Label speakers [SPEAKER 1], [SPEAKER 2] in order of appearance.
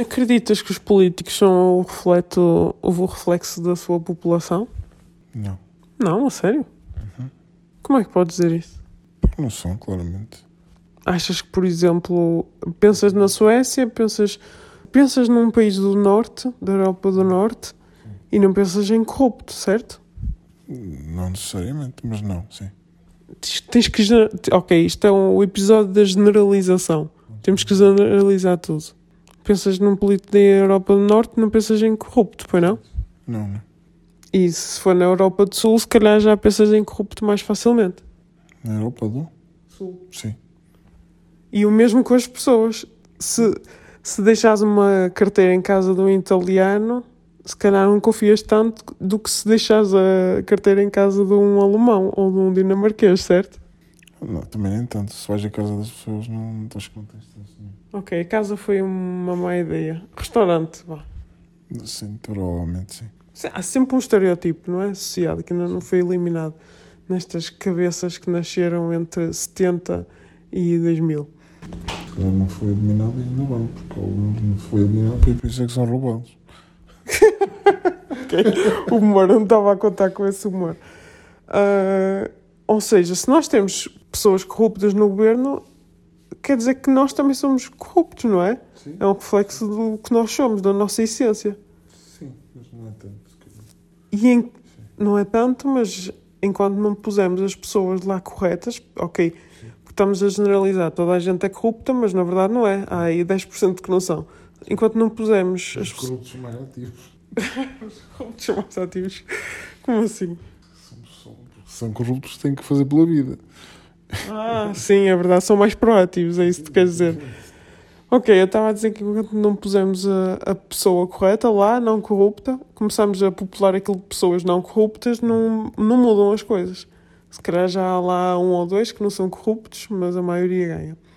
[SPEAKER 1] Acreditas que os políticos são o refleto, o reflexo da sua população?
[SPEAKER 2] Não.
[SPEAKER 1] Não, a sério? Como é que podes dizer isso?
[SPEAKER 2] Porque não são, claramente.
[SPEAKER 1] Achas que, por exemplo, pensas na Suécia, pensas, pensas num país do norte, da Europa do Norte, e não pensas em corrupto, certo?
[SPEAKER 2] Não necessariamente, mas não, sim.
[SPEAKER 1] Tens- Tens que. gener- Ok, isto é um- o episódio da generalização. Temos que generalizar tudo. Pensas num político da Europa do Norte, não pensas em corrupto, pois não?
[SPEAKER 2] Não, não.
[SPEAKER 1] E se for na Europa do Sul, se calhar já pensas em corrupto mais facilmente.
[SPEAKER 2] Na Europa do? Sim.
[SPEAKER 1] E o mesmo com as pessoas. Se, se deixares uma carteira em casa de um italiano, se calhar não confias tanto do que se deixares a carteira em casa de um alemão ou de um dinamarquês, certo?
[SPEAKER 2] Não, também nem tanto. Se vais à casa das pessoas, não, não estás contente. assim.
[SPEAKER 1] Ok, a casa foi uma má ideia. Restaurante, vá.
[SPEAKER 2] Sim, provavelmente, sim.
[SPEAKER 1] Se- Há sempre um estereotipo, não é? Associado, que ainda não foi eliminado nestas cabeças que nasceram entre 70 e 2000.
[SPEAKER 2] Ele não foi eliminado e ainda bem, porque ele não foi eliminado e por isso é que são roubados.
[SPEAKER 1] o humor, eu não estava a contar com esse humor. Ah, ou seja, se nós temos pessoas corruptas no governo, quer dizer que nós também somos corruptos, não é?
[SPEAKER 2] Sim,
[SPEAKER 1] É um reflexo do que nós somos, da nossa essência.
[SPEAKER 2] sim, mas não é tanto.
[SPEAKER 1] E em- não é tanto, mas enquanto não pusermos as pessoas lá corretas, ok, porque estamos a generalizar, toda a gente é corrupta, mas na verdade não é. Há aí 10% que não são. Enquanto não pusermos as pessoas
[SPEAKER 2] corruptos mais ativos
[SPEAKER 1] corruptas mais ativos, como assim?
[SPEAKER 2] são corruptos, têm que fazer pela vida.
[SPEAKER 1] Ah, sim, é verdade. São mais proativos, é isso que tu queres dizer. Ok, eu estava a dizer que enquanto não pusemos a, a pessoa correta lá, não corrupta, começamos a popular aquilo de pessoas não corruptas, não, não mudam as coisas. Se calhar já há lá um ou dois que não são corruptos, mas a maioria ganha.